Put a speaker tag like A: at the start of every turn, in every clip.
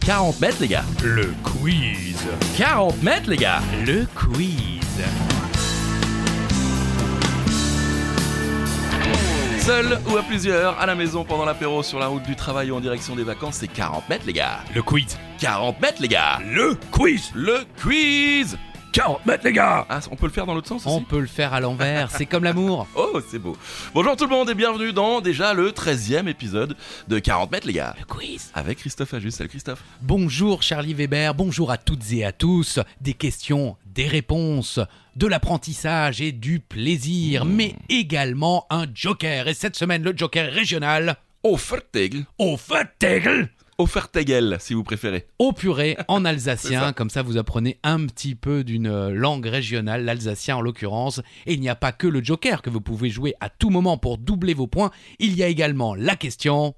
A: 40 mètres, les gars.
B: Le quiz.
A: 40 mètres, les gars.
B: Le quiz.
A: Seul ou à plusieurs, à la maison, pendant l'apéro, sur la route du travail ou en direction des vacances, c'est 40 mètres, les gars.
B: Le quiz.
A: 40 mètres, les gars.
B: Le quiz.
A: Le quiz
B: 40 mètres, les gars.
A: Ah, on peut le faire dans l'autre sens
C: On
A: aussi
C: peut le faire à l'envers, c'est comme l'amour.
A: Oh, c'est beau. Bonjour tout le monde et bienvenue dans déjà le 13e épisode de 40 mètres, les gars.
C: Le quiz.
A: Avec Christophe Ajus. Salut Christophe.
C: Bonjour Charlie Weber, bonjour à toutes et à tous. Des questions, des réponses, de l'apprentissage et du plaisir,
B: Mmh.
C: mais également un joker. Et cette semaine, le joker régional
A: Offertegel.
C: au Fattegel.
A: Offertegel, si vous préférez.
C: Au purée en
A: C'est
C: alsacien,
A: ça.
C: comme ça vous apprenez un petit peu d'une euh, langue régionale, l'alsacien en l'occurrence. Et il n'y a pas que le joker que vous pouvez jouer à tout moment pour doubler vos points, il y a également la question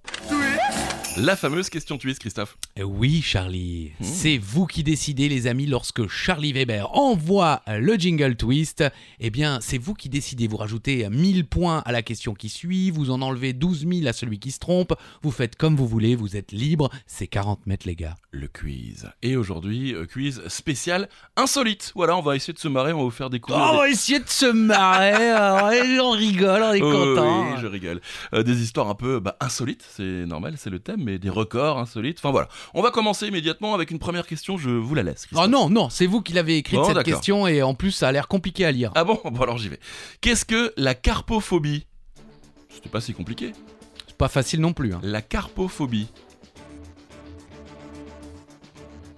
A: La fameuse question twist, Christophe.
C: Euh, Oui, Charlie.
A: Hmm.
C: C'est vous qui décidez, les amis, lorsque Charlie Weber envoie euh, le jingle twist. Eh bien, c'est vous qui décidez. Vous rajoutez euh, 1000 points à la question qui suit, vous en enlevez 12 000 à celui qui se trompe. Vous faites comme vous voulez, vous êtes libre. C'est 40 mètres, les gars.
A: Le quiz. Et aujourd'hui, euh, quiz spécial insolite. Voilà, on va essayer de se marrer, on va vous faire découvrir. des-
C: Oh, essayer de se marrer. on rigole, on est
A: Oh oui, je rigole. Euh, des histoires un peu bah, insolites, c'est normal, c'est le thème, mais des records insolites. Enfin voilà. On va commencer immédiatement avec une première question, je vous la laisse. Christophe.
C: Oh non, non, c'est vous qui l'avez écrite
A: Bon,
C: cette
A: d'accord.
C: question et en plus ça a l'air compliqué à lire.
A: Ah bon Bon alors j'y vais. Qu'est-ce que la carpophobie C'était pas si compliqué.
C: C'est pas facile non plus. hein.
A: La carpophobie.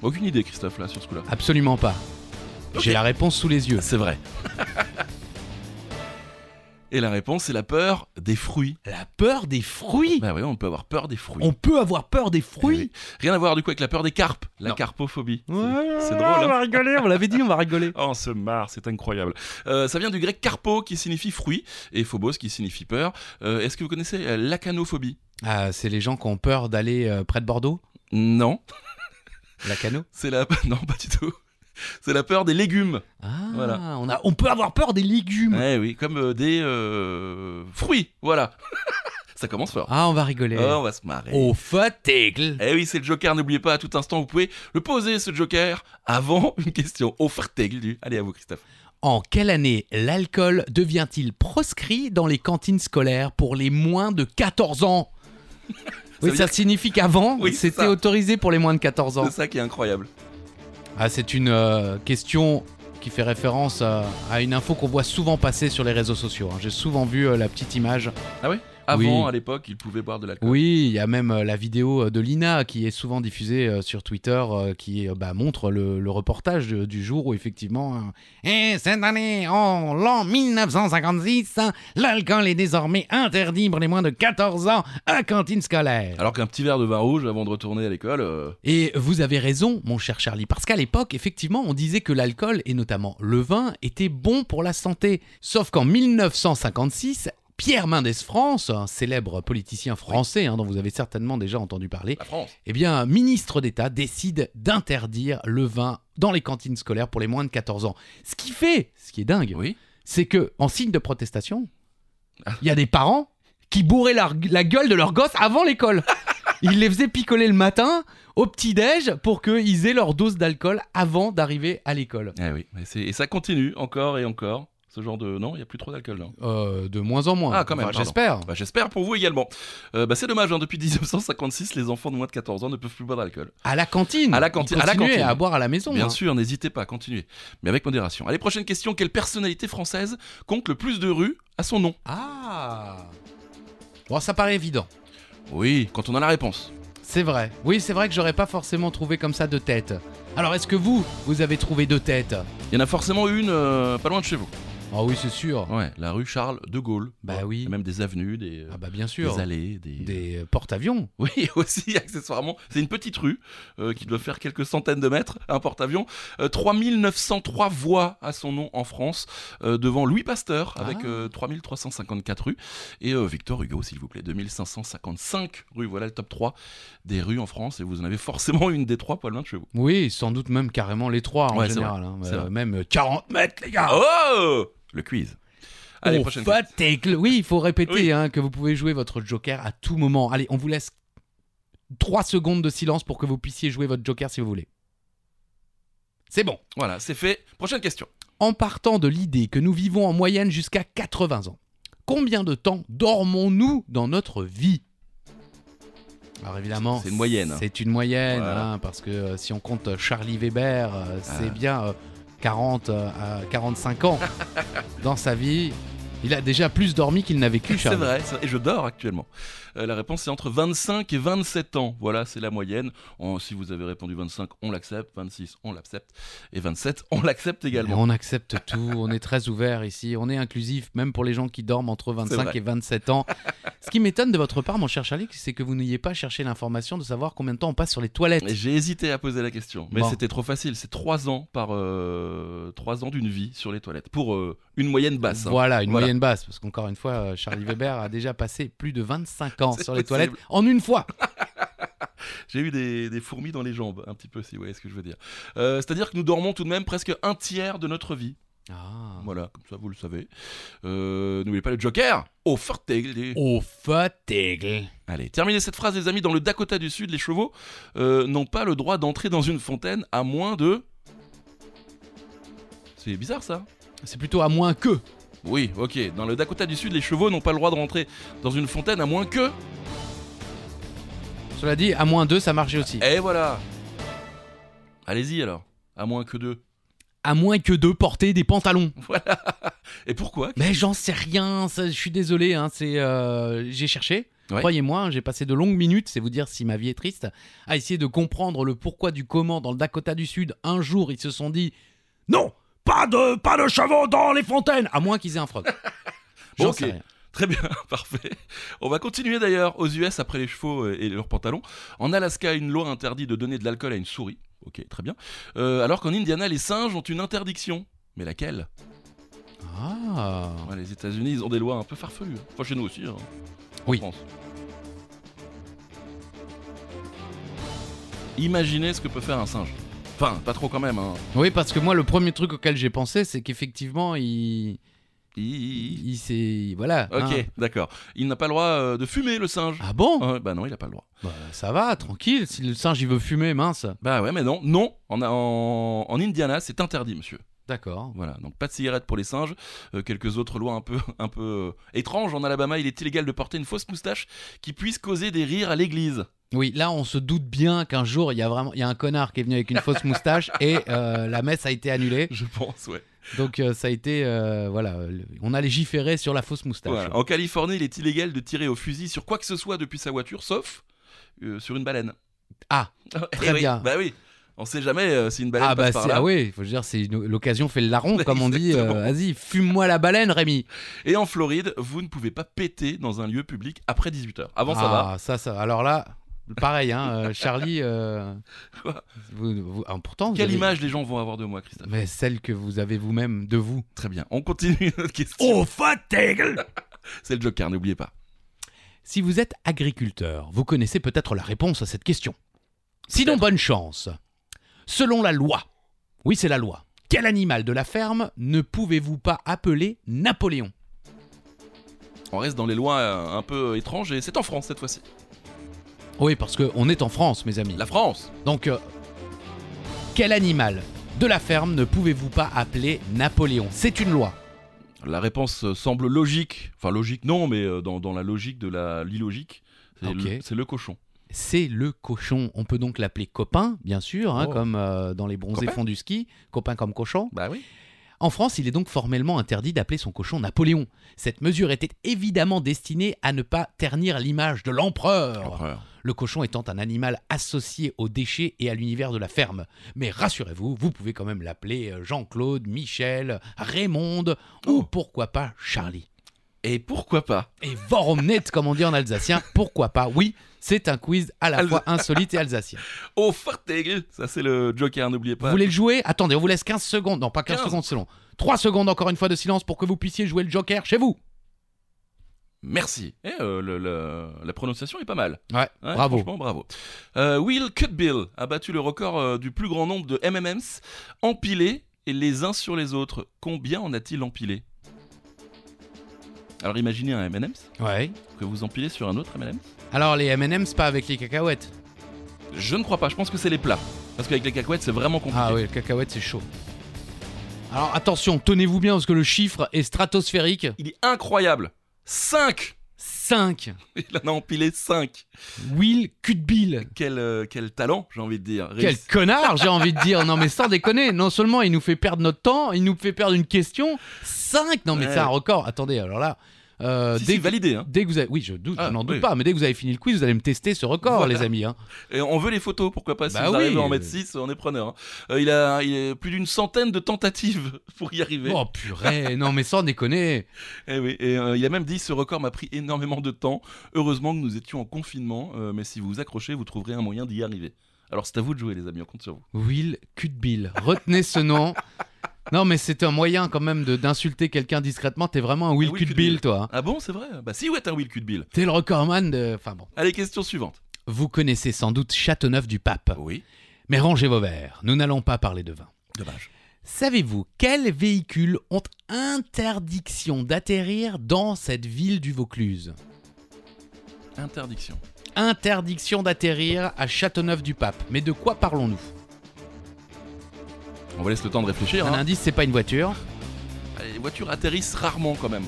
A: Aucune idée, Christophe, là, sur ce coup-là.
C: Absolument pas. J'ai la réponse sous les yeux.
A: C'est vrai. Et la réponse, c'est la peur des fruits.
C: La peur des fruits
A: Bah oui, on peut avoir peur des fruits.
C: On peut avoir peur des
A: Eh
C: fruits
A: oui. Rien à voir du coup avec la peur des carpes, la
C: Non.
A: carpophobie. C'est-
C: Ouais,
A: C'est drôle.
C: On
A: hein.
C: va rigoler, on l'avait dit, on va rigoler.
A: Oh, on se marre, c'est incroyable. Euh, ça vient du grec carpo qui signifie fruit et phobos qui signifie peur. Euh, Est-ce que vous connaissez euh, l'acanophobie
C: Ah, c'est les gens qui ont peur d'aller euh, près de Bordeaux,
A: Non,
C: la cano.
A: c'est la non pas du tout. C'est la peur des légumes.
C: Ah,
A: Voilà.
C: on, a, on peut avoir peur des légumes.
A: Eh oui, comme euh, des euh, fruits, voilà. ça commence fort.
C: Ah, on va rigoler.
A: Oh, on va se marrer.
C: Au fatigue.
A: Eh oui, c'est le Joker, n'oubliez pas, à tout instant, vous pouvez le poser, ce Joker, avant une question. Au fartegl du. Allez, à vous, Christophe.
C: En quelle année l'alcool devient-il proscrit dans les cantines scolaires pour les moins de 14 ans Oui,
A: veut
C: ça signifie qu'avant,
A: Oui, c'est
C: c'était
A: ça.
C: autorisé pour les moins de 14 ans.
A: C'est ça qui est incroyable.
C: Ah, c'est une euh, question qui fait référence euh, à une info qu'on voit souvent passer sur les réseaux sociaux. hein. J'ai souvent vu euh, la petite image.
A: Avant,
C: Oui.
A: à l'époque, il pouvait boire de l'alcool.
C: Oui, il y a même euh, la vidéo euh, de Lina qui est souvent diffusée euh, sur Twitter euh, qui euh, bah, montre le, le reportage de- du jour où effectivement... euh, Et cette année, en l'an 1956, hein, l'alcool est désormais interdit pour les moins de 14 ans à cantine scolaire.
A: Alors qu'un petit verre de vin rouge avant de retourner à l'école. euh,
C: Et vous avez raison, mon cher Charlie, parce qu'à l'époque, effectivement, on disait que l'alcool, et notamment le vin, était bon pour la santé. Sauf qu'en 1956, Pierre Mendès France, un célèbre politicien français hein, dont vous avez certainement déjà entendu parler,
A: La France.
C: eh bien, un ministre d'État décide d'interdire le vin dans les cantines scolaires pour les moins de 14 ans. Ce qui fait, ce qui est dingue,
A: Oui.
C: c'est que, en signe de protestation,
A: Ah.
C: il y a des parents qui bourraient leur- la gueule de leurs gosses avant l'école. Ils les faisaient picoler le matin au petit-déj pour qu'ils aient leur dose d'alcool avant d'arriver à l'école.
A: Eh oui. mais c'est- Et ça continue encore et encore. Ce genre de. Non, il n'y a plus trop d'alcool, non
C: Euh, de moins en moins.
A: Ah, quand même, pardon.
C: J'espère.
A: bah, J'espère pour vous également. Euh, bah, c'est dommage, hein, depuis 1956, les enfants de moins de 14 ans ne peuvent plus boire d'alcool.
C: À la cantine.
A: À la cantine,
C: Ils
A: à la
C: continuaient
A: cantine.
C: à boire à la maison.
A: Bien
C: hein.
A: sûr, n'hésitez pas, continuez. Mais avec modération. Allez, prochaine question. Quelle personnalité française compte le plus de rues à son nom
C: Ah. Bon, ça paraît évident.
A: Oui, quand on a la réponse.
C: C'est vrai. Oui, c'est vrai que j'aurais pas forcément trouvé comme ça de tête. Alors, est-ce que vous, vous avez trouvé de tête
A: Il y en a forcément une euh, pas loin de chez vous.
C: Ah oui, c'est sûr.
A: Ouais, la rue Charles de Gaulle.
C: Bah
A: Ouais,
C: oui.
A: il y a Même des avenues, des, euh,
C: Ah bah bien
A: des
C: sûr.
A: allées, des.
C: Des euh, porte-avions.
A: Oui, aussi, accessoirement. C'est une petite rue euh, qui doit faire quelques centaines de mètres, un porte-avions. Euh, 3903 voies à son nom en France, euh, devant Louis Pasteur, avec
C: Ah.
A: euh, 3354 rues. Et euh, Victor Hugo, s'il vous plaît, 2555 rues. Voilà le top 3 des rues en France. Et vous en avez forcément une des trois pas loin de chez vous.
C: Oui, sans doute même carrément les trois en
A: Ouais, c'est
C: général. hein.
A: C'est
C: Euh,
A: vrai.
C: même euh, 40 mètres, les gars.
A: Oh Le quiz. Allez,
C: On
A: prochaine question.
C: fatigue. Oui, il faut répéter
A: Oui.
C: hein, que vous pouvez jouer votre joker à tout moment. Allez, on vous laisse 3 secondes de silence pour que vous puissiez jouer votre Joker si vous voulez. C'est bon.
A: Voilà, c'est fait. Prochaine question.
C: En partant de l'idée que nous vivons en moyenne jusqu'à 80 ans, combien de temps dormons-nous dans notre vie Alors évidemment,
A: C'est une moyenne, hein.
C: C'est une moyenne,
A: Voilà.
C: hein, parce que euh, si on compte Charlie Weber, euh, c'est
A: Ah.
C: bien euh, 40 euh, à 45 ans dans sa vie. Il a déjà plus dormi qu'il n'a vécu,
A: C'est
C: Charlie.
A: vrai, c'est vrai. et je dors actuellement. Euh, la réponse c'est entre 25 et 27 ans. Voilà, c'est la moyenne. En- si vous avez répondu 25, on l'accepte. 26, on l'accepte. Et 27, on l'accepte également.
C: On accepte tout, on est très ouvert ici, on est inclusif, même pour les gens qui dorment entre
A: C'est
C: 25
A: vrai.
C: et 27 ans. Ce qui m'étonne de votre part, mon cher Charlie, c'est que vous n'ayez pas cherché l'information de savoir combien de temps on passe sur les toilettes.
A: Et J'ai hésité à poser la question, mais
C: Bon.
A: c'était trop facile. C'est 3 ans par euh, trois ans d'une vie sur les toilettes pour euh, une moyenne basse. hein.
C: Voilà, une
A: Voilà.
C: moyenne basse, parce qu'encore une fois, euh, Charlie Weber a déjà passé plus de 25 ans
A: C'est
C: sur les
A: possible.
C: toilettes en une fois.
A: J'ai eu des, des fourmis dans les jambes, un petit peu, si vous voyez ce que je veux dire. Euh, C'est-à-dire que nous dormons tout de même presque un tiers de notre vie.
C: Ah.
A: Voilà, comme ça vous le savez. Euh, N'oubliez pas le Joker. Au fort
C: Au fatigue.
A: Allez, terminez cette phrase, les amis. Dans le Dakota du Sud, les chevaux euh, n'ont pas le droit d'entrer dans une fontaine à moins de. C'est bizarre ça.
C: C'est plutôt à moins que.
A: Oui, ok. Dans le Dakota du Sud, les chevaux n'ont pas le droit de rentrer dans une fontaine à moins que.
C: Cela dit, à moins 2, ça marchait aussi.
A: Et voilà. Allez-y alors. À moins que deux.
C: À moins que de porter des pantalons.
A: Et pourquoi
C: Mais j'en sais rien, ça, je suis désolé, hein, c'est, euh, j'ai cherché.
A: Ouais.
C: Croyez-moi, hein, j'ai passé de longues minutes, c'est vous dire si ma vie est triste, à essayer de comprendre le pourquoi du comment dans le Dakota du Sud. Un jour, ils se sont dit non, pas de, pas de chevaux dans les fontaines, à moins qu'ils aient un frog. J'en
A: Bon,
C: sais
A: ok.
C: rien.
A: Très bien, parfait. On va continuer d'ailleurs aux US après les chevaux euh, et leurs pantalons. En Alaska, une loi interdit de donner de l'alcool à une souris. Ok, très bien. Euh, alors qu'en Indiana, les singes ont une interdiction. Mais laquelle
C: Ah.
A: Ouais, Les États-Unis, ils ont des lois un peu farfelues. Enfin, chez nous aussi. hein, en
C: Oui.
A: France. Imaginez ce que peut faire un singe. Enfin, pas trop quand même. Hein.
C: Oui, parce que moi, le premier truc auquel j'ai pensé, c'est qu'effectivement, il,
A: I- I- I-
C: il s'est, voilà.
A: Ok,
C: hein.
A: d'accord. Il n'a pas le droit euh, de fumer le singe.
C: Ah bon
A: Euh, bah non, il n'a pas le droit.
C: Bah, Ça va, tranquille. Si le singe il veut fumer, mince.
A: Bah ouais, mais non, non, en, en, en Indiana, c'est interdit, monsieur.
C: D'accord.
A: Voilà, donc pas de cigarette pour les singes. Euh, quelques autres lois un peu, un peu euh, étranges. En Alabama, il est illégal de porter une fausse moustache qui puisse causer des rires à l'église.
C: Oui, là on se doute bien qu'un jour il y a vraiment il y a un connard qui est venu avec une fausse moustache et euh, la messe a été annulée.
A: Je pense, ouais.
C: Donc euh, ça a été euh, voilà, le- on a légiféré sur la fausse moustache.
A: Voilà. En Californie, il est illégal de tirer au fusil sur quoi que ce soit depuis sa voiture, sauf euh, sur une baleine.
C: Ah,
A: Eh
C: très
A: oui,
C: bien.
A: Bah oui, on sait jamais euh, si une baleine
C: Ah bah
A: passe par
C: c'est
A: là.
C: ah oui, faut dire c'est une- l'occasion fait le larron
A: Mais
C: comme on dit. euh,
A: exactement.
C: Vas-y, fume-moi la baleine, Rémi.
A: Et en Floride, vous ne pouvez pas péter dans un lieu public après 18h. Avant, ça va.
C: ah, ça ça. Alors là, pareil hein, euh, Charlie. euh,
A: Quoi
C: vous- vous- ah, pourtant vous
A: Quelle
C: avez-
A: image les gens vont avoir de moi, Christophe
C: Mais celle que vous avez vous-même de vous.
A: Très bien, on continue notre question.
C: Oh
B: Au fatigue
A: C'est le Joker, n'oubliez pas.
C: Si vous êtes agriculteur, vous connaissez peut-être la réponse à cette question. Sinon, bonne chance. Selon la loi, oui c'est la loi, quel animal de la ferme ne pouvez-vous pas appeler Napoléon
A: On reste dans les lois euh, un peu étranges et c'est en France cette fois-ci.
C: Oui, parce qu'on est en France, mes amis.
A: La France
C: Donc, euh, quel animal de la ferme ne pouvez-vous pas appeler Napoléon C'est une loi.
A: La réponse euh, semble logique. Enfin, logique non, mais euh, dans, dans la logique de la l'illogique. C'est
C: Ok.
A: le- c'est le, cochon.
C: C'est le cochon. On peut donc l'appeler copain, bien sûr, hein,
A: Oh.
C: comme euh, dans les bronzés
A: Copain
C: fonds du ski, copain comme cochon.
A: Bah oui.
C: En France, il est donc formellement interdit d'appeler son cochon Napoléon. Cette mesure était évidemment destinée à ne pas ternir l'image de l'empereur, le cochon étant un animal associé aux déchets et à l'univers de la ferme. Mais rassurez-vous, vous pouvez quand même l'appeler euh, Jean-Claude, Michel, Raymond ou
A: Oh.
C: pourquoi pas Charlie.
A: Et pourquoi pas
C: Et Voromnet, comme on dit en alsacien, pourquoi pas Oui, c'est un quiz à la
A: Alsa- Bah.
C: fois insolite et alsacien.
A: Au Fartegl Ça, c'est le Joker, n'oubliez pas.
C: Vous voulez le jouer Attendez, on vous laisse 15 secondes. Non, pas 15,
A: 15.
C: secondes, c'est long. 3 secondes encore une fois de silence pour que vous puissiez jouer le Joker chez vous.
A: Merci. Eh, euh, le- le- la prononciation est pas mal.
C: Ouais,
A: Ouais,
C: bravo.
A: Franchement, bravo. Euh, Will Cutbill a battu le record euh, du plus grand nombre de MMMs empilés et les uns sur les autres. Combien en a-t-il empilé Alors imaginez un MMMs
C: Ouais.
A: que vous empilez sur un autre M&M's
C: Alors les M&M's pas avec les cacahuètes.
A: Je ne crois pas, je pense que c'est les plats. Parce qu'avec les cacahuètes, c'est vraiment compliqué.
C: Ah oui, le cacahuète, c'est chaud. Alors attention, tenez-vous bien parce que le chiffre est stratosphérique.
A: Il est incroyable 5
C: 5.
A: Il en a empilé 5
C: Will Cutbill.
A: quel, euh, quel talent, j'ai envie de dire.
C: Quel
A: Réussi-
C: connard, j'ai envie de dire. Non mais sans déconner, non seulement il nous fait perdre notre temps, il nous fait perdre une question. 5 Non mais
A: Ouais.
C: c'est un record. Attendez, alors là. euh,
A: Si,
C: dès,
A: si,
C: que-
A: validé. hein.
C: dès que vous avez... Oui, je doute,
A: Ah,
C: je n'en doute
A: oui.
C: pas, mais dès que vous avez fini le quiz, vous allez me tester ce record,
A: Voilà.
C: les amis. hein.
A: Et on veut les photos, pourquoi pas Si
C: Bah
A: vous arrivez
C: oui.
A: à en mettre 6, on est preneur. hein. Euh, il, a, il a plus d'une centaine de tentatives pour y arriver.
C: Oh purée, non mais sans déconner.
A: Eh oui, et euh, il a même dit ce record m'a pris énormément de temps. Heureusement que nous étions en confinement, euh, mais si vous vous accrochez, vous trouverez un moyen d'y arriver. Alors c'est à vous de jouer, les amis, on compte sur vous.
C: Will Cutbill. Retenez ce nom. Non, mais c'est un moyen quand même de- d'insulter quelqu'un discrètement. T'es vraiment un Will
A: Ah, Will
C: Cutbill,
A: Cutbill.
C: toi. hein.
A: Ah bon, c'est vrai Bah si, ouais, t'as un Will Cutbill.
C: T'es le recordman de. Enfin bon.
A: Allez, question suivante.
C: Vous connaissez sans doute Châteauneuf du Pape.
A: Ah Oui,
C: Mais rangez vos verres. Nous n'allons pas parler de vin.
A: dommage.
C: Savez-vous quels véhicules ont interdiction d'atterrir dans cette ville du Vaucluse
A: Interdiction.
C: Interdiction d'atterrir à Châteauneuf du Pape. Mais de quoi parlons-nous
A: On vous laisse le temps de réfléchir.
C: Un
A: hein.
C: indice, c'est pas une voiture.
A: Ah, Les voitures atterrissent rarement quand même.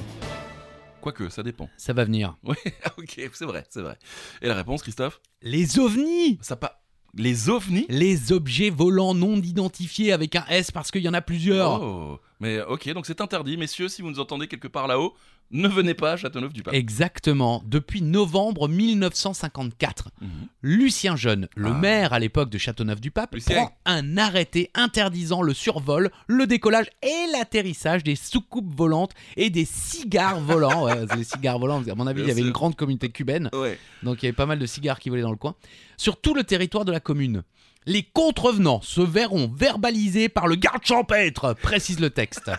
A: Quoique, ça dépend.
C: Ça va venir.
A: Ah, ok, c'est vrai, c'est vrai. Et la réponse, Christophe
C: Les ovnis
A: Ça pas. Les ovnis
C: Les objets volants non identifiés avec un S parce qu'il y en a plusieurs.
A: Oh Mais ok, donc c'est interdit. Messieurs, si vous nous entendez quelque part là-haut, ne venez pas à Châteauneuf-du-Pape.
C: Exactement. Depuis novembre 1954,
A: Mhm.
C: Lucien Jeune, le
A: Ah.
C: maire à l'époque de Châteauneuf-du-Pape,
A: Lucien.
C: prend un arrêté interdisant le survol, le décollage et l'atterrissage des soucoupes volantes et des cigares volants. Ouais, les cigares volants, à mon avis, il y
A: Bien
C: avait
A: sûr.
C: une grande communauté cubaine,
A: Ouais.
C: donc il y avait pas mal de cigares qui volaient dans le coin. Sur tout le territoire de la commune. Les contrevenants se verront verbalisés par le garde champêtre, précise le texte.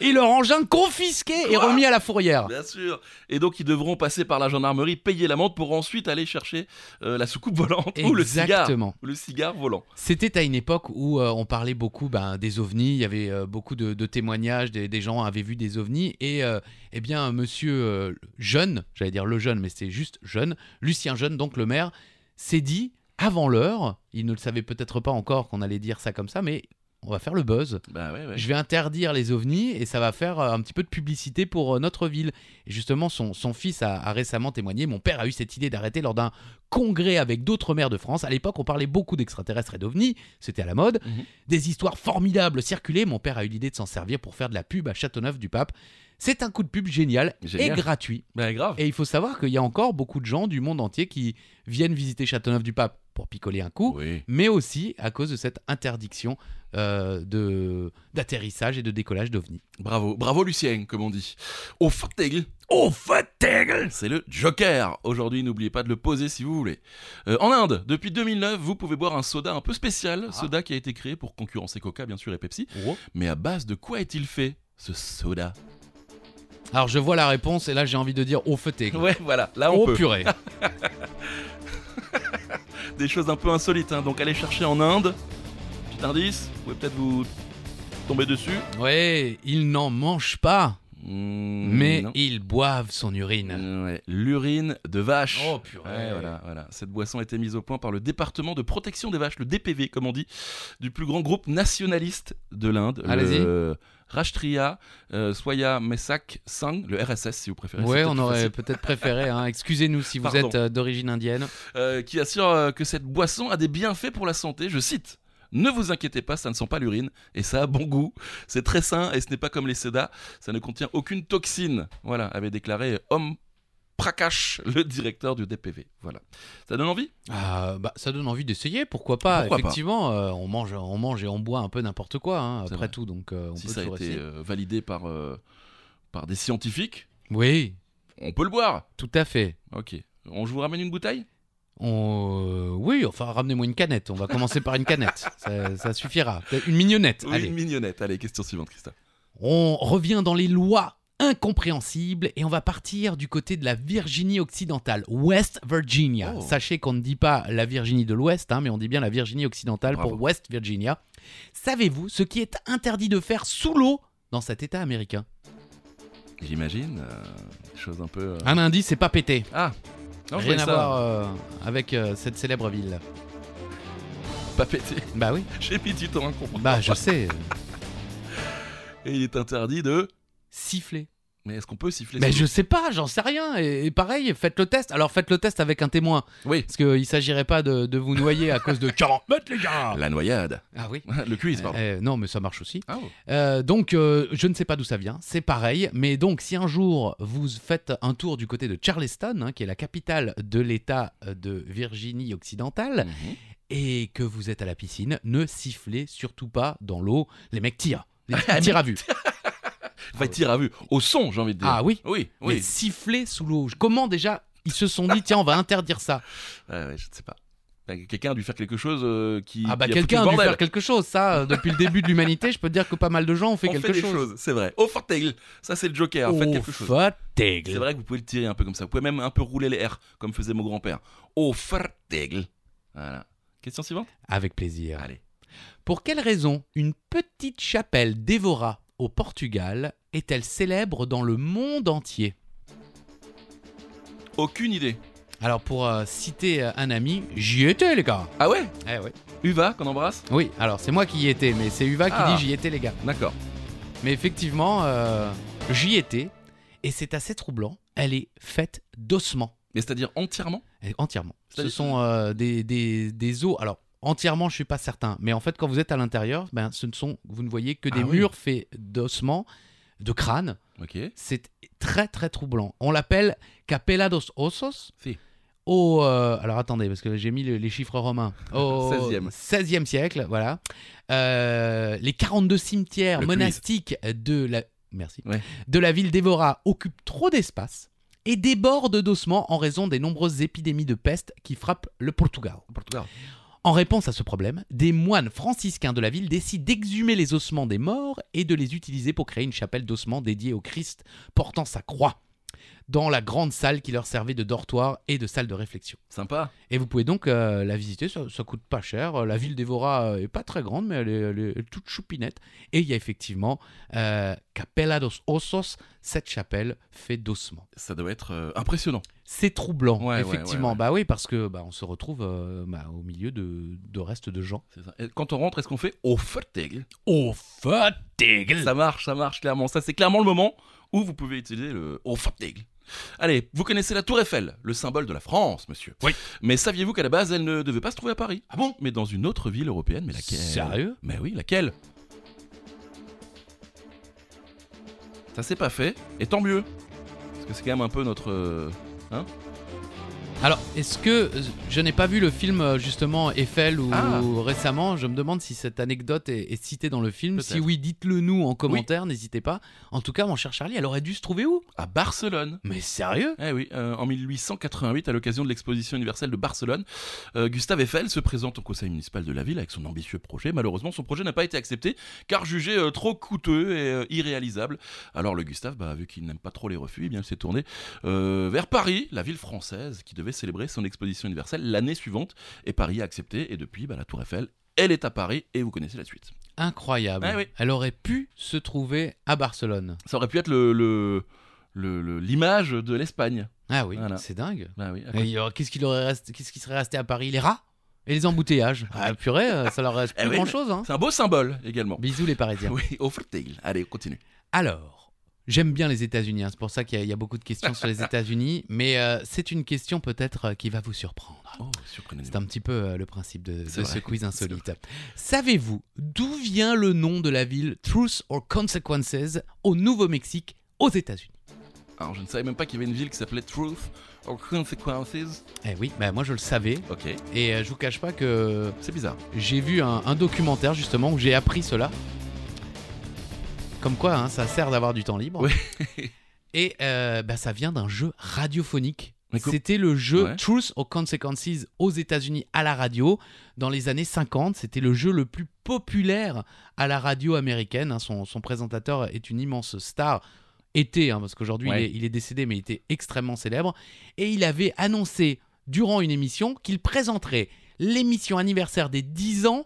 C: Et leur engin confisqué et
A: Quoi
C: remis à la fourrière.
A: Ah. Bien sûr. Et donc ils devront passer par la gendarmerie, payer l'amende pour ensuite aller chercher euh, la soucoupe volante ou le cigare.
C: Exactement.
A: Ou Le cigare volant.
C: C'était à une époque où euh, on parlait beaucoup ben, des ovnis, il y avait euh, beaucoup de, de témoignages, des, des gens avaient vu des ovnis, et euh, eh bien monsieur euh, Jeune, j'allais dire le jeune, mais c'est juste Jeune, Lucien Jeune, donc le maire, s'est dit, avant l'heure, il ne le savait peut-être pas encore qu'on allait dire ça comme ça, mais on va faire le buzz,
A: Bah ouais, ouais.
C: je vais interdire les ovnis, et ça va faire euh, un petit peu de publicité pour euh, notre ville. Et justement, son, son fils a, a récemment témoigné, mon père a eu cette idée d'arrêter lors d'un congrès avec d'autres maires de France. À l'époque, on parlait beaucoup d'extraterrestres et d'ovnis, c'était à la mode.
A: Mhm.
C: Des histoires formidables circulaient, mon père a eu l'idée de s'en servir pour faire de la pub à Châteauneuf du Pape. C'est un coup de pub génial,
A: Génial.
C: et gratuit.
A: Bah grave.
C: Et il faut savoir qu'il y a encore beaucoup de gens du monde entier qui viennent visiter Châteauneuf du Pape pour picoler un coup,
A: Oui.
C: mais aussi à cause de cette interdiction euh, de- d'atterrissage et de décollage d'ovnis.
A: Bravo. Bravo Lucien, comme on dit. Au Fortegl,
B: Oh, fatigué
A: c'est le Joker. Aujourd'hui, n'oubliez pas de le poser si vous voulez. Euh, en Inde, depuis 2009, vous pouvez boire un soda un peu spécial. Soda qui a été créé pour concurrencer Coca, bien sûr, et Pepsi.
C: Oh.
A: Mais à base de quoi est-il fait ce soda
C: Alors je vois la réponse et là j'ai envie de dire au feu t'es-
A: Ouais, voilà. Là, on
C: Oh
A: peut.
C: purée.
A: des choses un peu insolites. hein. Donc allez chercher en Inde. Petit indice, vous pouvez peut-être vous tomber dessus.
C: Ouais, ils n'en mangent pas,
A: Mm,
C: mais
A: non.
C: ils boivent son urine.
A: Ouais, l'urine de vache.
C: Oh purée.
A: Mm. Ouais, voilà, voilà. Cette boisson a été mise au point par le département de protection des vaches, le DPV, comme on dit, du plus grand groupe nationaliste de l'Inde,
C: Ah,
A: le
C: Allez-y.
A: Rashtriya euh, Swaya Mesak Sangh, le RSS si vous préférez.
C: Ouais,
A: c'est
C: on
A: peut-être
C: aurait
A: plus
C: peut-être préféré. hein. Excusez-nous si vous
A: Pardon.
C: êtes euh, d'origine indienne.
A: euh, qui assure euh, que cette boisson a des bienfaits pour la santé. Je cite. Ne vous inquiétez pas, ça ne sent pas l'urine et ça a bon goût. C'est très sain et ce n'est pas comme les sodas, ça ne contient aucune toxine. Voilà, avait déclaré euh, Om Prakash, le directeur du DPV. Voilà. Ça donne envie
C: Ah, bah, ça donne envie d'essayer, pourquoi pas
A: Pourquoi pas.
C: Effectivement, euh, on mange, on mange et on boit un peu n'importe quoi. hein,
A: C'est
C: après
A: vrai.
C: tout, donc euh, on
A: Si
C: peut
A: ça a
C: toujours
A: été
C: essayer.
A: euh, validé par, euh, par des scientifiques,
C: Oui,
A: on peut le boire.
C: tout à fait.
A: Ok. On, je vous ramène une bouteille
C: On... euh, Oui, enfin, ramenez-moi une canette. On va commencer par une canette. Ça, ça suffira. Peut-être Une mignonnette.
A: Oui,
C: Allez.
A: une mignonnette. Allez, question suivante, Christophe.
C: On revient dans les lois incompréhensibles et on va partir du côté de la Virginie occidentale, West Virginia.
A: Oh.
C: Sachez qu'on ne dit pas la Virginie de l'Ouest, hein, mais on dit bien la Virginie occidentale pour
A: Bravo.
C: West Virginia. Savez-vous ce qui est interdit de faire sous l'eau dans cet État américain
A: J'imagine, euh, des choses un peu. euh,
C: Un indice, c'est pas pété.
A: Ah Non, je
C: Ah, Rien
A: voyais
C: à
A: ça.
C: voir euh, avec euh, cette célèbre ville.
A: pas pété.
C: Bah oui.
A: J'ai mis du temps à comprendre.
C: Bah je sais.
A: Et il est interdit de.
C: Siffler.
A: Mais est-ce qu'on peut siffler
C: Mais
A: sur-
C: je sais pas, j'en sais rien. Et, et pareil, faites le test. Alors faites le test avec un témoin.
A: Oui.
C: Parce qu'il s'agirait pas de, de vous noyer à cause de 40 mètres.
B: les gars
A: La noyade.
C: Ah oui.
A: Le quiz, pardon.
C: Euh, non, mais ça marche aussi.
A: Ah, oh.
C: Euh, donc, euh, je ne sais pas d'où ça vient, c'est pareil. Mais donc, si un jour vous faites un tour du côté de Charleston, hein, qui est la capitale de l'État euh, de Virginie-Occidentale,
A: Mhm.
C: et que vous êtes à la piscine, ne sifflez surtout pas dans l'eau. Les mecs tirent. Les mecs tirent à vue.
A: Enfin, tir à vue. Au son, j'ai envie de dire.
C: Ah oui
A: oui,
C: Mais
A: oui.
C: siffler sous l'eau. Comment déjà ils se sont dit, tiens, on va interdire ça
A: Ouais, ouais, je ne sais pas. Ben, Quelqu'un a dû faire quelque chose euh, qui.
C: Ah bah
A: qui a foutu le
C: quelqu'un a dû
A: bordel.
C: faire quelque chose, ça. euh, Depuis le début de l'humanité, je peux te dire que pas mal de gens ont fait
A: On
C: quelque
A: fait des
C: chose.
A: choses, c'est vrai. Au Fortail, ça c'est le Joker, faites
C: Oh,
A: quelque chose.
C: fataigle.
A: C'est vrai que vous pouvez le tirer un peu comme ça. Vous pouvez même un peu rouler les R, comme faisait mon grand-père. Au Fortail. Voilà. Question suivante
C: Avec plaisir.
A: Allez.
C: Pour quelle raison une petite chapelle d'Évora au Portugal est-elle célèbre dans le monde entier
A: Aucune idée.
C: Alors pour euh, citer euh, un ami, j'y étais les gars.
A: Ah ouais
C: Eh oui.
A: Uva, qu'on embrasse
C: Oui, alors c'est moi qui y étais, mais c'est Uva qui
A: Ah.
C: dit j'y étais les gars.
A: D'accord.
C: Mais effectivement, euh, j'y étais et c'est assez troublant. Elle est faite d'ossements,
A: Mais c'est-à-dire entièrement
C: Et entièrement. Ce
A: C'est-à-dire-
C: sont euh, des, des, des os. Alors entièrement, je suis pas certain, mais en fait quand vous êtes à l'intérieur, ben ce ne sont, vous ne voyez que des
A: Ah oui.
C: murs faits d'ossements, de crânes.
A: Ok.
C: C'est très très troublant. On l'appelle Capella dos Ossos.
A: Si.
C: Au, euh, alors attendez, parce que j'ai mis le- les chiffres romains. Au
A: 16e.
C: 16e siècle, voilà. Euh, les 42 cimetières
A: Le quiz.
C: monastiques de la... Merci.
A: Ouais.
C: De la ville d'Évora occupent trop d'espace et débordent d'ossements en raison des nombreuses épidémies de peste qui frappent le Portugal.
A: Portugal.
C: En réponse à ce problème, des moines franciscains de la ville décident d'exhumer les ossements des morts et de les utiliser pour créer une chapelle d'ossements dédiée au Christ portant sa croix dans la grande salle qui leur servait de dortoir et de salle de réflexion.
A: Sympa.
C: Et vous pouvez donc euh, la visiter, ça, ça coûte pas cher. Euh, La ville d'Evora euh, est pas très grande, mais elle est, elle est toute choupinette. Et il y a effectivement euh, Capella dos Ossos, cette chapelle fait d'ossements.
A: Ça doit être euh, impressionnant.
C: C'est troublant,
A: Ouais, ouais,
C: effectivement.
A: ouais, ouais.
C: Bah oui, parce que bah, on se retrouve euh, bah, au milieu de, de restes de gens.
A: C'est ça. Et quand on rentre, est-ce qu'on fait au Fortail
C: Oh fatigue
A: Ça marche, ça marche clairement. Ça, c'est clairement le moment où vous pouvez utiliser le au Fortail. Allez, vous connaissez la Tour Eiffel, le symbole de la France, monsieur.
B: Oui.
A: Mais saviez-vous qu'à la base, elle ne devait pas se trouver à Paris Ah bon Mais dans une autre ville européenne, mais laquelle
C: Sérieux
A: Mais oui, laquelle Ça s'est pas fait, et tant mieux. Parce que c'est quand même un peu notre. euh,
C: Alors, est-ce que euh, je n'ai pas vu le film euh, justement Eiffel ou
A: Ah.
C: récemment Je me demande si cette anecdote est, est citée dans le film.
A: Peut-être.
C: Si oui, dites-le nous en commentaire, n'hésitez pas. En tout cas, mon cher Charlie, elle aurait dû se trouver où
A: à Barcelone.
C: Mais sérieux
A: Eh oui, euh, en 1888, à l'occasion de l'exposition universelle de Barcelone, euh, Gustave Eiffel se présente au conseil municipal de la ville avec son ambitieux projet. Malheureusement, son projet n'a pas été accepté car jugé euh, trop coûteux et euh, irréalisable. Alors le Gustave, bah, vu qu'il n'aime pas trop les refus, eh bien, il s'est tourné euh, vers Paris, la ville française, qui devait célébrer son exposition universelle l'année suivante. Et Paris a accepté. Et depuis, bah, la Tour Eiffel, elle est à Paris et vous connaissez la suite.
C: Incroyable.
A: Ah oui.
C: Elle aurait pu se trouver à Barcelone.
A: Ça aurait pu être le- le- le- le- l'image de l'Espagne.
C: Ah oui,
A: Voilà.
C: c'est dingue.
A: Bah oui, à
C: Et alors, qu'est-ce qu'il aurait resté Qu'est-ce qui serait resté à Paris Les rats et les embouteillages. Ah purée, euh, ça leur reste
A: Eh
C: plus
A: oui,
C: grand chose. Hein.
A: C'est un beau symbole également.
C: Bisous les Parisiens.
A: Oui, au Fortail. Allez, on continue.
C: Alors, j'aime bien les États-Unis, hein, c'est pour ça qu'il y, a- il y a beaucoup de questions sur les États-Unis, mais euh, c'est une question peut-être euh, qui va vous surprendre.
A: Oh, surprenez
C: C'est un petit peu euh, le principe de, de
A: C'est
C: ce
A: vrai,
C: quiz
A: c'est vrai.
C: insolite. Savez-vous d'où vient le nom de la ville Truth or Consequences au Nouveau-Mexique aux États-Unis
A: Alors, je ne savais même pas qu'il y avait une ville qui s'appelait Truth or Consequences.
C: Eh oui, bah moi je le savais,
A: Ok,
C: et euh, je vous cache pas que
A: c'est bizarre.
C: j'ai vu un, un documentaire justement où j'ai appris cela. Comme quoi, hein, ça sert d'avoir du temps libre.
A: Oui.
C: Et euh, bah, ça vient d'un jeu radiophonique.
A: Mais co-
C: C'était le jeu
A: Ouais.
C: Truth or Consequences aux États-Unis à la radio. Dans les années 50, c'était le jeu le plus populaire à la radio américaine. hein. Son, son présentateur est une immense star. Était, hein, parce qu'aujourd'hui
A: Ouais.
C: il, est- il est décédé, mais il était extrêmement célèbre. Et il avait annoncé durant une émission qu'il présenterait l'émission anniversaire des 10 ans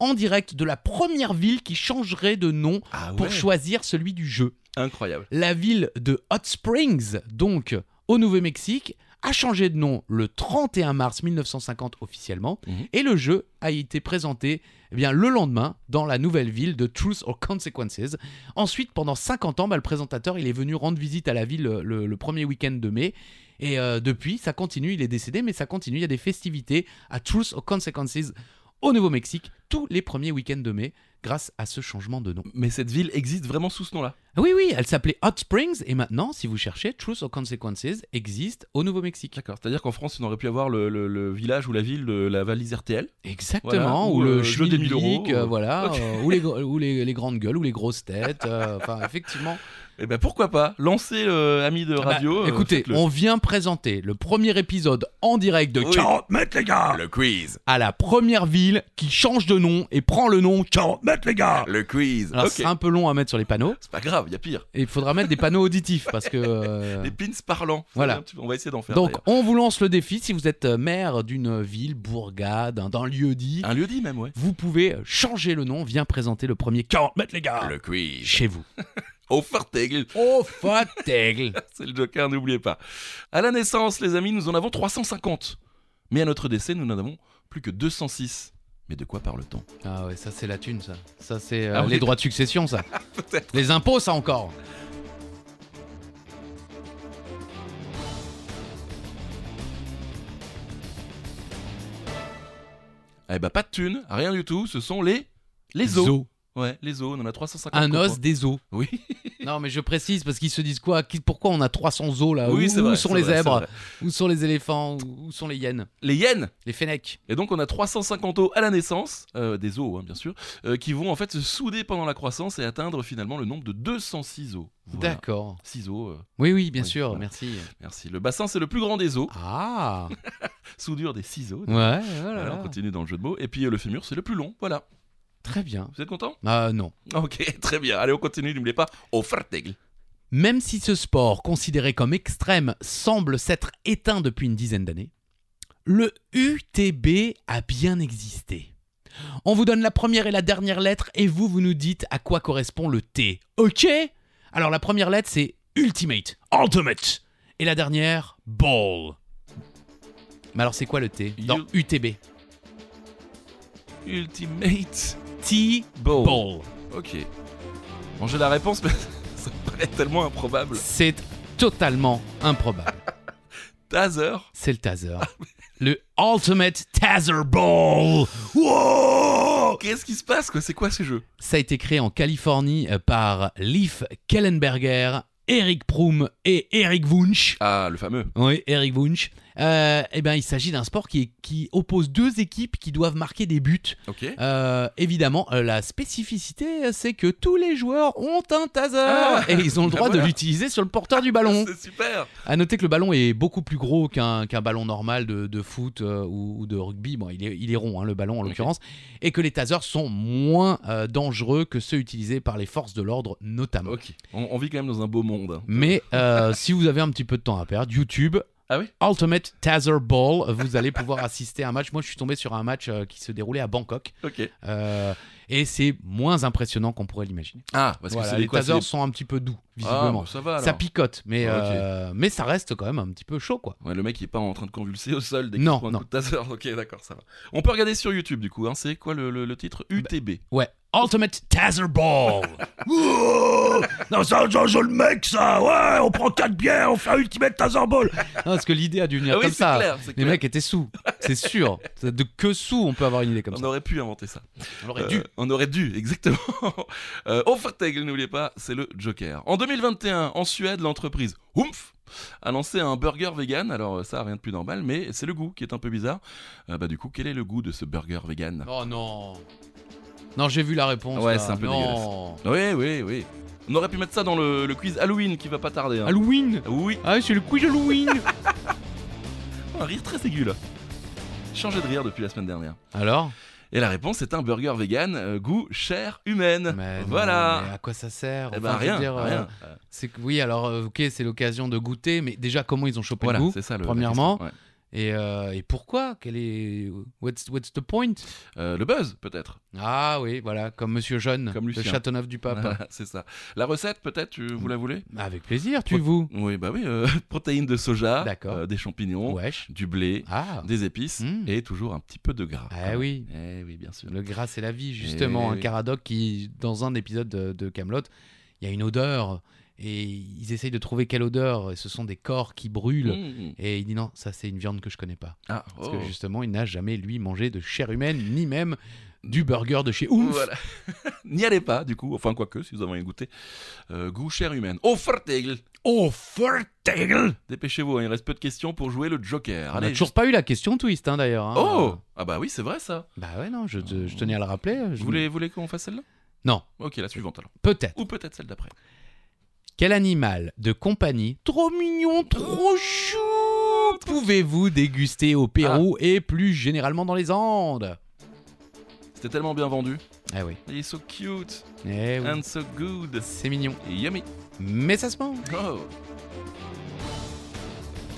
C: en direct de la première ville qui changerait de nom
A: Ah
C: pour choisir celui du jeu.
A: Incroyable.
C: La ville de Hot Springs, donc au Nouveau-Mexique, a changé de nom le 31 mars 1950 officiellement,
A: Mhm.
C: et le jeu a été présenté eh bien, le lendemain dans la nouvelle ville de Truth or Consequences. Ensuite, pendant 50 ans, bah, le présentateur il est venu rendre visite à la ville euh, le, le premier week-end de mai, et euh, depuis, ça continue, il est décédé, mais ça continue, il y a des festivités à Truth or Consequences au Nouveau-Mexique tous les premiers week-ends de mai grâce à ce changement de nom.
A: Mais cette ville existe vraiment sous ce nom-là.
C: Ah Oui, oui, elle s'appelait Hot Springs et maintenant, si vous cherchez, Truth or Consequences existe au Nouveau-Mexique.
A: D'accord. C'est-à-dire qu'en France, on aurait pu avoir le, le- le village ou la ville de la valise RTL.
C: Exactement,
A: Voilà,
C: ou,
A: ou,
C: le
A: euh, jeu des mille euros,
C: schmilblick, euh,
A: euh,
C: voilà,
A: ok.
C: euh, ou, les, gr- ou les, les grandes gueules, ou les grosses têtes. euh, Enfin, effectivement.
A: Et ben pourquoi pas Lancez, euh, amis de radio.
C: Bah,
A: euh,
C: écoutez,
A: faites-le.
C: on vient présenter le premier épisode en direct de
B: 40 mètres, les gars
D: Le quiz,
C: à la première ville qui change de nom et prend le nom.
B: 40 mètres, les
A: Ah.
B: gars
D: le quiz,
C: Alors,
A: Ok.
C: c'est un peu long à mettre sur les panneaux
A: C'est pas grave, il y a pire.
C: et il faudra mettre des panneaux auditifs parce que. euh,
A: Les pins parlants. Vous
C: Voilà.
A: savez, un petit peu, On va essayer d'en faire.
C: Donc,
A: d'ailleurs.
C: on vous lance le défi. Si vous êtes euh, maire d'une ville, bourgade, hein, d'un- d'un lieu dit,
A: Un lieu dit même, ouais.
C: vous pouvez changer le nom. Viens présenter le premier 40 mètres, les
A: Ah.
C: gars,
D: le quiz.
C: chez vous.
A: Au Fartegel.
C: Oh, fataigle
A: C'est le Joker, n'oubliez pas. À la naissance, les amis, nous en avons 350. Mais à notre décès, nous n'en avons plus que 206. Mais de quoi parle-t-on
C: Ah ouais, ça c'est la thune, ça. Ça c'est euh,
A: Ah oui.
C: les droits de succession, ça.
A: Peut-être.
C: les impôts, ça encore.
A: Eh bah, pas de thunes, rien du tout. Ce sont les. Les os. Ouais, les os. On en a 350.
C: Un
A: copains.
C: os des os.
A: Oui.
C: Non, mais je précise parce qu'ils se disent quoi Qui- Pourquoi on a 300 os là Où,
A: oui, c'est
C: Ah, où
A: vrai.
C: sont
A: c'est
C: les
A: vrai, c'est
C: zèbres
A: vrai.
C: Où sont les éléphants Où où sont les hyènes
A: Les hyènes.
C: Les fennecs
A: Et donc on a 350 os à la naissance, euh, des os hein, bien sûr, euh, qui vont en fait se souder pendant la croissance et atteindre finalement le nombre de 206 os. Voilà.
C: D'accord.
A: 6 os, euh,
C: Oui, oui, bien
A: Oui,
C: sûr,
A: voilà.
C: merci.
A: merci. Le bassin c'est le plus grand des os,
C: Ah
A: soudure des 6 os.
C: Ouais, voilà.
A: Voilà, on continue dans le jeu de mots. Et puis euh, le fémur c'est le plus long, voilà.
C: Très bien.
A: Vous êtes content
C: Ah non.
A: Ok, très bien. Allez, on continue, n'oubliez pas, au fartegl.
C: Même si ce sport, considéré comme extrême, semble s'être éteint depuis une dizaine d'années, le UTB a bien existé. On vous donne la première et la dernière lettre et vous, vous nous dites à quoi correspond le T. Ok Alors la première lettre, c'est Ultimate. Ultimate Et la dernière, Ball. Mais alors c'est quoi le T dans
A: U-
C: UTB
A: Ultimate
C: T-Ball.
A: ball. Ok. Bon, j'ai la réponse, mais ça me paraît tellement improbable.
C: C'est totalement improbable.
A: Taser
C: C'est le taser. Le Ultimate Taser Ball. Wow
A: Qu'est-ce qui se passe quoi C'est quoi ce jeu
C: Ça a été créé en Californie euh, par Leif Kellenberger, Eric Proum et Eric Wunsch.
A: Ah, le fameux.
C: Oui, Eric Wunsch. Euh, eh ben, il s'agit d'un sport qui, est- qui oppose deux équipes qui doivent marquer des buts.
A: Ok.
C: Euh, évidemment, euh, la spécificité, euh, c'est que tous les joueurs ont un taser
A: Ah
C: et ils ont le
A: Ah,
C: droit de
A: voilà.
C: l'utiliser sur le porteur du ballon.
A: Ah, C'est super
C: À noter que le ballon est beaucoup plus gros qu'un qu'un ballon normal de, de foot euh, ou, ou de rugby. Bon, il est, il est rond, hein, le ballon en
A: Ok.
C: l'occurrence. Et que les tasers sont moins euh, dangereux que ceux utilisés par les forces de l'ordre, notamment.
A: Ok. On, on vit quand même dans un beau monde. hein.
C: Mais euh, si vous avez un petit peu de temps à perdre, YouTube.
A: Ah oui
C: Ultimate Taser Ball, vous allez pouvoir assister à un match. Moi, je suis tombé sur un match euh, qui se déroulait à Bangkok.
A: Ok.
C: Euh, et c'est moins impressionnant qu'on pourrait l'imaginer.
A: Ah, parce
C: Voilà,
A: que c'est
C: les
A: quoi, c'est
C: tasers sont un petit peu doux,
A: Ah,
C: visiblement.
A: bon, ça va alors.
C: ça picote, mais,
A: Ah, ok.
C: euh, mais ça reste quand même un petit peu chaud, quoi.
A: Ouais, le mec il est pas en train de convulser au sol dès qu'il
C: Non,
A: prend un
C: non.
A: coup de taser. Ok, d'accord, ça va. On peut regarder sur YouTube du coup. hein. C'est quoi le, le- le titre
C: Bah,
A: UTB.
C: Ouais. Ultimate Taser Ball.
B: Ouh Non, ça, ça, je le mec, ça Ouais, on prend 4 bières, on fait un ultimate taser ball
C: Non, parce que l'idée a dû venir
A: Ah oui,
C: comme
A: c'est
C: ça.
A: clair, c'est
C: Les
A: clair.
C: mecs étaient sous, c'est sûr. C'est De que sous, on peut avoir une idée comme
A: on
C: ça.
A: aurait pu inventer ça.
C: On l'aurait
A: Oh Euh, on aurait dû, exactement. euh, Offerteg, n'oubliez pas, c'est le Joker. En 2021, en Suède, l'entreprise Humpf a lancé un burger vegan. Alors euh, ça, rien de plus normal, mais c'est le goût qui est un peu bizarre. Euh, bah du coup, quel est le goût de ce burger vegan
C: Oh non. Non, j'ai vu la réponse.
A: Ouais,
C: là.
A: c'est un peu
C: non.
A: Oui, oui, oui. On aurait pu mettre ça dans le, le quiz Halloween qui va pas tarder. hein.
C: Halloween.
A: Oui,
C: Ah, c'est le quiz Halloween.
A: un rire très aigu là. Changé de rire depuis la semaine dernière.
C: Alors
A: Et la réponse est un burger vegan, euh, goût chair humaine.
C: Mais non,
A: voilà.
C: mais à quoi ça sert
A: Eh
C: Enfin,
A: ben
C: je veux
A: rien,
C: dire, euh,
A: rien.
C: C'est que oui, alors euh, ok, c'est l'occasion de goûter, mais déjà comment ils ont chopé
A: Voilà,
C: le goût
A: c'est ça le. la
C: premièrement.
A: question, ouais.
C: Et, euh, et pourquoi Quel est what's, what's the point
A: Euh, le buzz, peut-être.
C: Ah oui, voilà, comme Monsieur Jeune,
A: Comme
C: de
A: Lucien.
C: Châteauneuf du Pape.
A: c'est ça. La recette, peut-être, tu- vous la voulez
C: Avec plaisir, tu vous.
A: Oui, bah oui. euh, protéines de soja,
C: D'accord.
A: euh, des champignons,
C: Wesh.
A: du blé,
C: Ah.
A: des épices
C: Mm.
A: et toujours un petit peu de gras.
C: Ah oui.
A: Eh oui, bien sûr.
C: Le gras, c'est la vie, justement.
A: Eh
C: un
A: oui.
C: Caradoc qui, dans un épisode de, Camelot, il y a une odeur et ils essayent de trouver quelle odeur. Et ce sont des corps qui brûlent.
A: Mm.
C: Et il dit non, ça c'est une viande que je connais pas.
A: Ah,
C: Parce
A: oh.
C: que justement, il n'a jamais, lui, mangé de chair humaine, ni même du burger de chez Ouf.
A: Voilà. N'y allez pas, du coup. Enfin, quoique, si vous avez goûté. Euh, goût chair humaine. Au Fortegl
B: Oh, Fertigl
A: Dépêchez-vous, hein, il reste peu de questions pour jouer le Joker.
C: On n'a
A: Allez,
C: toujours pas eu la question twist, hein, d'ailleurs. hein.
A: Oh Ah bah oui, c'est vrai ça.
C: Bah ouais, non, je, te- je tenais à le rappeler. euh, Je...
A: Vous voulez, vous voulez qu'on fasse celle-là
C: Non,
A: Ok, la suivante alors.
C: peut-être.
A: Ou peut-être celle d'après.
C: Quel animal de compagnie, trop mignon, trop chou, pouvez-vous déguster au Pérou et plus généralement dans les Andes
A: C'était tellement bien vendu.
C: Ah oui.
A: Il est so cute
C: Eh oui.
A: and so good.
C: C'est mignon.
A: Et yummy.
C: Mais ça se mange.
A: Oh.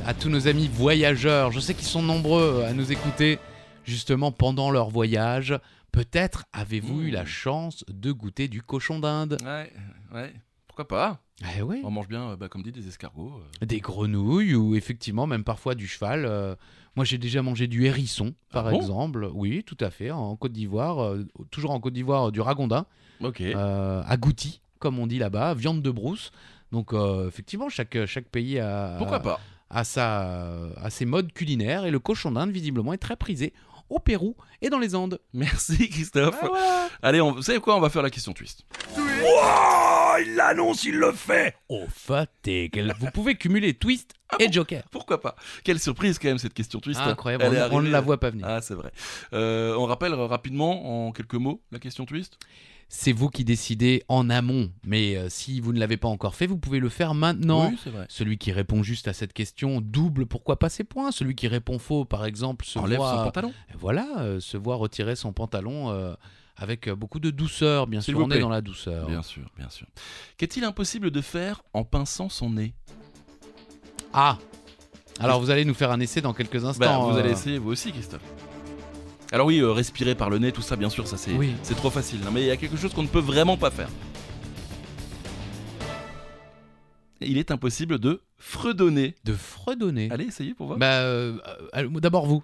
C: À tous nos amis voyageurs, je sais qu'ils sont nombreux à nous écouter justement pendant leur voyage. Peut-être avez-vous
A: Mmh.
C: eu la chance de goûter du cochon d'Inde.
A: Ouais, ouais. Pourquoi pas
C: Eh oui.
A: On mange bien, euh, bah, comme dit, des escargots. euh.
C: Des grenouilles ou effectivement même parfois du cheval. euh, moi j'ai déjà mangé du hérisson par
A: Ah bon
C: exemple. Oui, tout à fait. En Côte d'Ivoire, euh, toujours en Côte d'Ivoire, euh, du ragondin,
A: Ok.
C: euh, à Gouti, comme on dit là-bas, viande de brousse. Donc euh, effectivement, chaque, chaque pays a,
A: Pourquoi pas
C: a sa, a ses modes culinaires et le cochon d'Inde visiblement est très prisé au Pérou et dans les Andes.
A: Merci Christophe.
C: Ah, voilà.
A: Allez, on... vous savez quoi On va faire la question twist.
B: Wow, il l'annonce, il le fait
C: Au fatigue. Vous pouvez cumuler twist et joker.
A: Pourquoi pas Quelle surprise quand même cette question Ah twist.
C: Ah, Incroyable,
A: Elle est
C: on- on ne
A: arrivée-
C: la voit pas venir.
A: Ah, c'est vrai. Euh, on rappelle euh, rapidement, en quelques mots, la question twist
C: C'est vous qui décidez en amont, mais euh, si vous ne l'avez pas encore fait, vous pouvez le faire maintenant.
A: Oui, c'est vrai.
C: Celui qui répond juste à cette question double pourquoi pas ses points. Celui qui répond faux, par exemple, se
A: Enlève
C: voit,
A: son pantalon.
C: voilà, euh, se voit retirer son pantalon euh, avec euh, beaucoup de douceur. Bien
A: S'il
C: sûr,
A: vous
C: on
A: plaît.
C: est dans la douceur.
A: Bien sûr, bien sûr. Qu'est-il impossible de faire en pinçant son nez
C: Ah, alors vous allez nous faire un essai dans quelques instants.
A: Bah, Vous
C: euh,
A: allez essayer vous aussi, Christophe. Alors oui, euh, respirer par le nez, tout ça, bien sûr, ça c'est
C: Oui.
A: c'est trop facile. hein, mais il y a quelque chose qu'on ne peut vraiment pas faire. Il est impossible de fredonner.
C: de fredonner.
A: Allez, essayez pour voir.
C: Bah, euh, euh, allez, d'abord vous.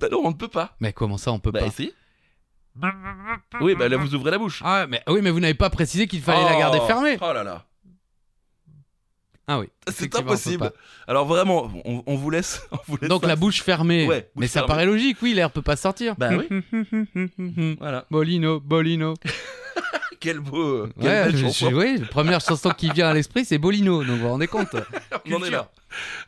A: Bah non, on ne peut pas.
C: Mais comment ça, on peut
A: Bah
C: pas
A: essayez. Oui, bah là vous ouvrez la bouche.
C: Ah, mais oui, mais vous n'avez pas précisé qu'il fallait la
A: Oh,
C: garder fermée.
A: Oh là là.
C: Ah oui.
A: C'est
C: effectivement, on peut pas.
A: impossible. Alors vraiment, on, on vous laisse. on vous laisse
C: Donc
A: ça.
C: la bouche fermée.
A: Ouais, bouche
C: mais ça
A: fermée.
C: paraît logique, oui, l'air peut pas sortir.
A: Bah oui. Voilà.
C: Bolino, Bolino.
A: Quel beau. quelle
C: Ouais,
A: belle
C: je-
A: chanson.
C: je- oui, la première chanson qui vient à l'esprit, c'est Bolino, donc vous vous rendez compte
A: On en est là.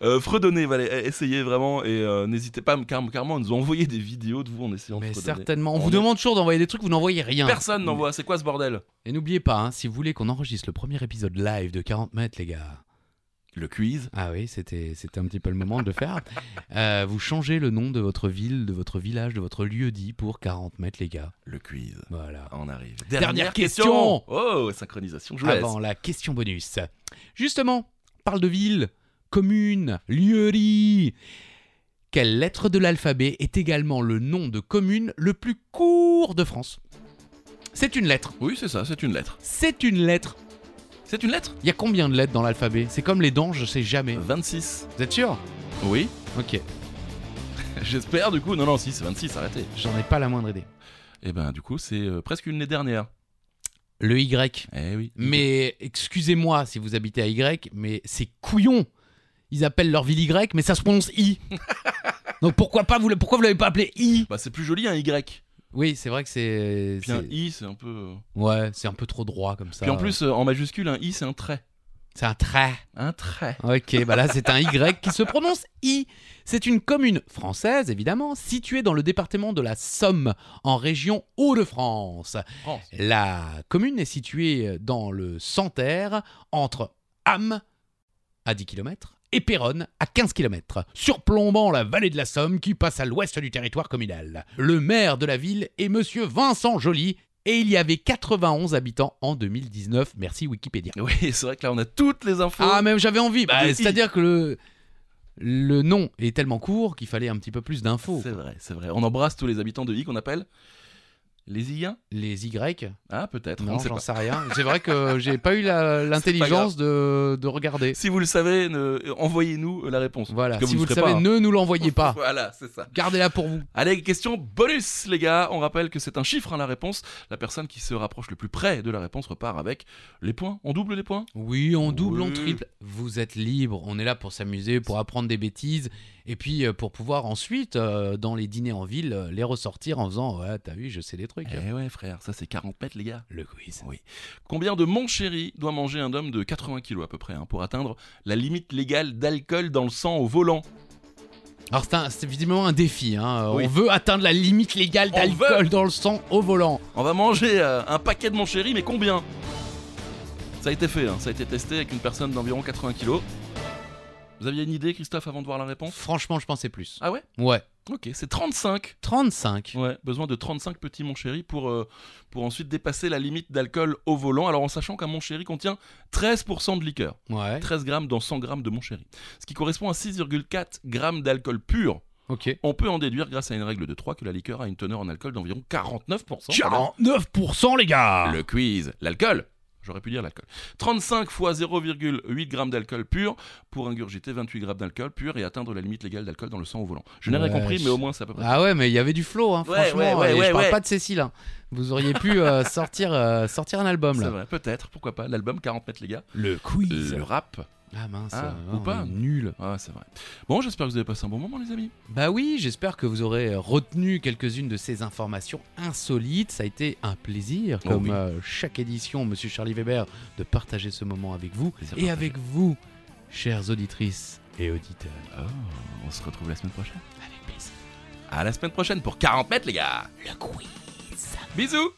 A: Euh, fredonnez, voilà, eh, essayez vraiment et euh, n'hésitez pas, car- carrément, à nous envoyer des vidéos de vous en essayant
C: Mais
A: de fredonner.
C: certainement. On,
A: On
C: vous
A: est-
C: demande toujours d'envoyer des trucs, vous n'envoyez rien.
A: Personne n'envoie, c'est quoi ce bordel
C: Et n'oubliez pas, hein, si vous voulez qu'on enregistre le premier épisode live de 40 mètres, les gars.
A: Le quiz.
C: Ah oui, c'était c'était un petit peu le moment de le faire. Euh, vous changez le nom de votre ville, de votre village, de votre lieu-dit pour 40 mètres, les gars.
A: Le quiz. Ah,
C: Voilà.
A: On arrive.
C: Dernière question.
A: Oh, synchronisation, je vous laisse.
C: avant Ah la question bonus. Justement, parle de ville, commune, lieurie. Quelle lettre de l'alphabet est également le nom de commune le plus court de France C'est une lettre.
A: Oui, c'est ça, c'est une lettre.
C: C'est une lettre.
A: C'est une lettre
C: Il y a combien de lettres dans l'alphabet C'est comme les dents, je sais jamais.
A: Euh. 26.
C: Vous êtes sûr
A: Oui,
C: Ok,
A: j'espère du coup. Non, non, si, c'est 26, arrêtez.
C: j'en ai pas la moindre idée.
A: Et ben, du coup, c'est euh, presque une des dernières.
C: Le Y.
A: Eh oui.
C: Mais excusez-moi si vous habitez à Y, mais c'est couillon. Ils appellent leur ville Y, mais ça se prononce I. Donc pourquoi pas vous le- pourquoi vous l'avez pas appelé I
A: Bah, c'est plus joli un Y.
C: Oui, c'est vrai que c'est.
A: Puis un
C: c'est-
A: I, c'est un peu. euh,
C: Ouais, c'est un peu trop droit comme ça.
A: Puis en plus, euh, en majuscule, un I, c'est un trait.
C: C'est un trait.
A: Un trait.
C: Ok, bah là, c'est un Y qui se prononce I. C'est une commune française, évidemment, située dans le département de la Somme, en région Hauts-de-France.
A: France.
C: La commune est située dans le Santerre, entre Ham, à 10 km, et Péronne, à 15 km, surplombant la vallée de la Somme qui passe à l'ouest du territoire communal. Le maire de la ville est monsieur Vincent Joly, et il y avait 91 habitants en 2019. Merci Wikipédia.
A: Oui, c'est vrai que là, on a toutes les infos.
C: Ah, mais j'avais envie. Bah,
A: Du i.
C: C'est-à-dire que le. Le nom est tellement court qu'il fallait un petit peu plus d'infos.
A: C'est vrai, c'est vrai. On embrasse tous les habitants de I qu'on appelle les Iens
C: Les Y
A: Ah, peut-être. on
C: Non,
A: ne sait
C: j'en
A: pas.
C: sais rien. C'est vrai que j'ai pas eu la- l'intelligence de, de regarder.
A: Si vous le savez, ne- envoyez-nous euh, la réponse.
C: Voilà,
A: Parce que
C: si vous
A: ne
C: le
A: serez
C: savez,
A: pas,
C: ne nous l'envoyez
A: hein.
C: pas.
A: Voilà, c'est ça.
C: Gardez-la pour vous.
A: Allez, question bonus, les gars. On rappelle que c'est un chiffre, hein, la réponse. La personne qui se rapproche le plus près de la réponse repart avec les points. On double les points
C: Oui, on double, on
A: Oui.
C: triple. Vous êtes libre. On est là pour s'amuser, pour apprendre des bêtises. Et puis euh, pour pouvoir ensuite, euh, dans les dîners en ville, euh, les ressortir en faisant Ouais, t'as vu, je sais des trucs.
A: Eh ouais, frère, ça c'est 40 mètres, les gars.
C: Le quiz.
A: Combien de mon chéri doit manger un homme de 80 kilos à peu près hein, pour atteindre la limite légale d'alcool dans le sang au volant
C: Alors c'est un- c'est évidemment un défi. hein.
A: Oui.
C: On veut atteindre la limite légale
A: On
C: d'alcool dans le sang au volant.
A: On va manger euh, un paquet de mon chéri, mais combien Ça a été fait, hein, ça a été testé avec une personne d'environ 80 kilos. Vous aviez une idée, Christophe, avant de voir la réponse
C: Franchement, je pensais plus.
A: Ah ouais
C: Ouais.
A: Ok, c'est 35.
C: 35.
A: Ouais, besoin de 35 petits mon chéri pour, euh, pour ensuite dépasser la limite d'alcool au volant. Alors en sachant qu'un mon chéri contient 13% de liqueur,
C: Ouais.
A: 13 grammes dans 100 grammes de mon chéri, ce qui correspond à 6,4 grammes d'alcool pur.
C: Ok.
A: On peut en déduire grâce à une règle de 3 que la liqueur a une teneur en alcool d'environ 49%.
B: 49% les
C: Ah.
B: gars
A: Le quiz, l'alcool J'aurais pu dire l'alcool. 35 fois 0,8 grammes d'alcool pur pour ingurgiter 28 grammes d'alcool pur et atteindre la limite légale d'alcool dans le sang au volant. Je n'ai rien
C: Ouais,
A: compris,
C: je-
A: mais au moins c'est à peu près.
C: Ah ouais, mais il y avait du flow, hein,
A: Ouais,
C: franchement.
A: ouais, ouais,
C: et
A: ouais,
C: je parle
A: ouais.
C: pas de Cécile. hein. Vous auriez pu euh, sortir, euh, sortir un album
A: C'est
C: là.
A: vrai, peut-être, pourquoi pas. L'album 40 mètres, les gars.
B: Le quiz
A: Le rap.
C: Ah mince.
A: Ah,
C: euh,
A: ou
C: on
A: pas.
C: est Nul.
A: Ouais, c'est vrai. Bon, j'espère que vous avez passé un bon moment, les amis.
C: Bah oui, j'espère que vous aurez euh, retenu quelques-unes de ces informations insolites. Ça a été un plaisir,
A: Oh
C: comme
A: oui.
C: euh, chaque édition, Monsieur Charlie Weber, de partager ce moment avec vous
A: Plaisir
C: et
A: partagé.
C: avec vous, chères auditrices et auditeurs.
A: on se retrouve la semaine prochaine.
C: Avec plaisir.
A: À la semaine prochaine pour 40 mètres, les gars.
C: Le quiz.
A: Bisous.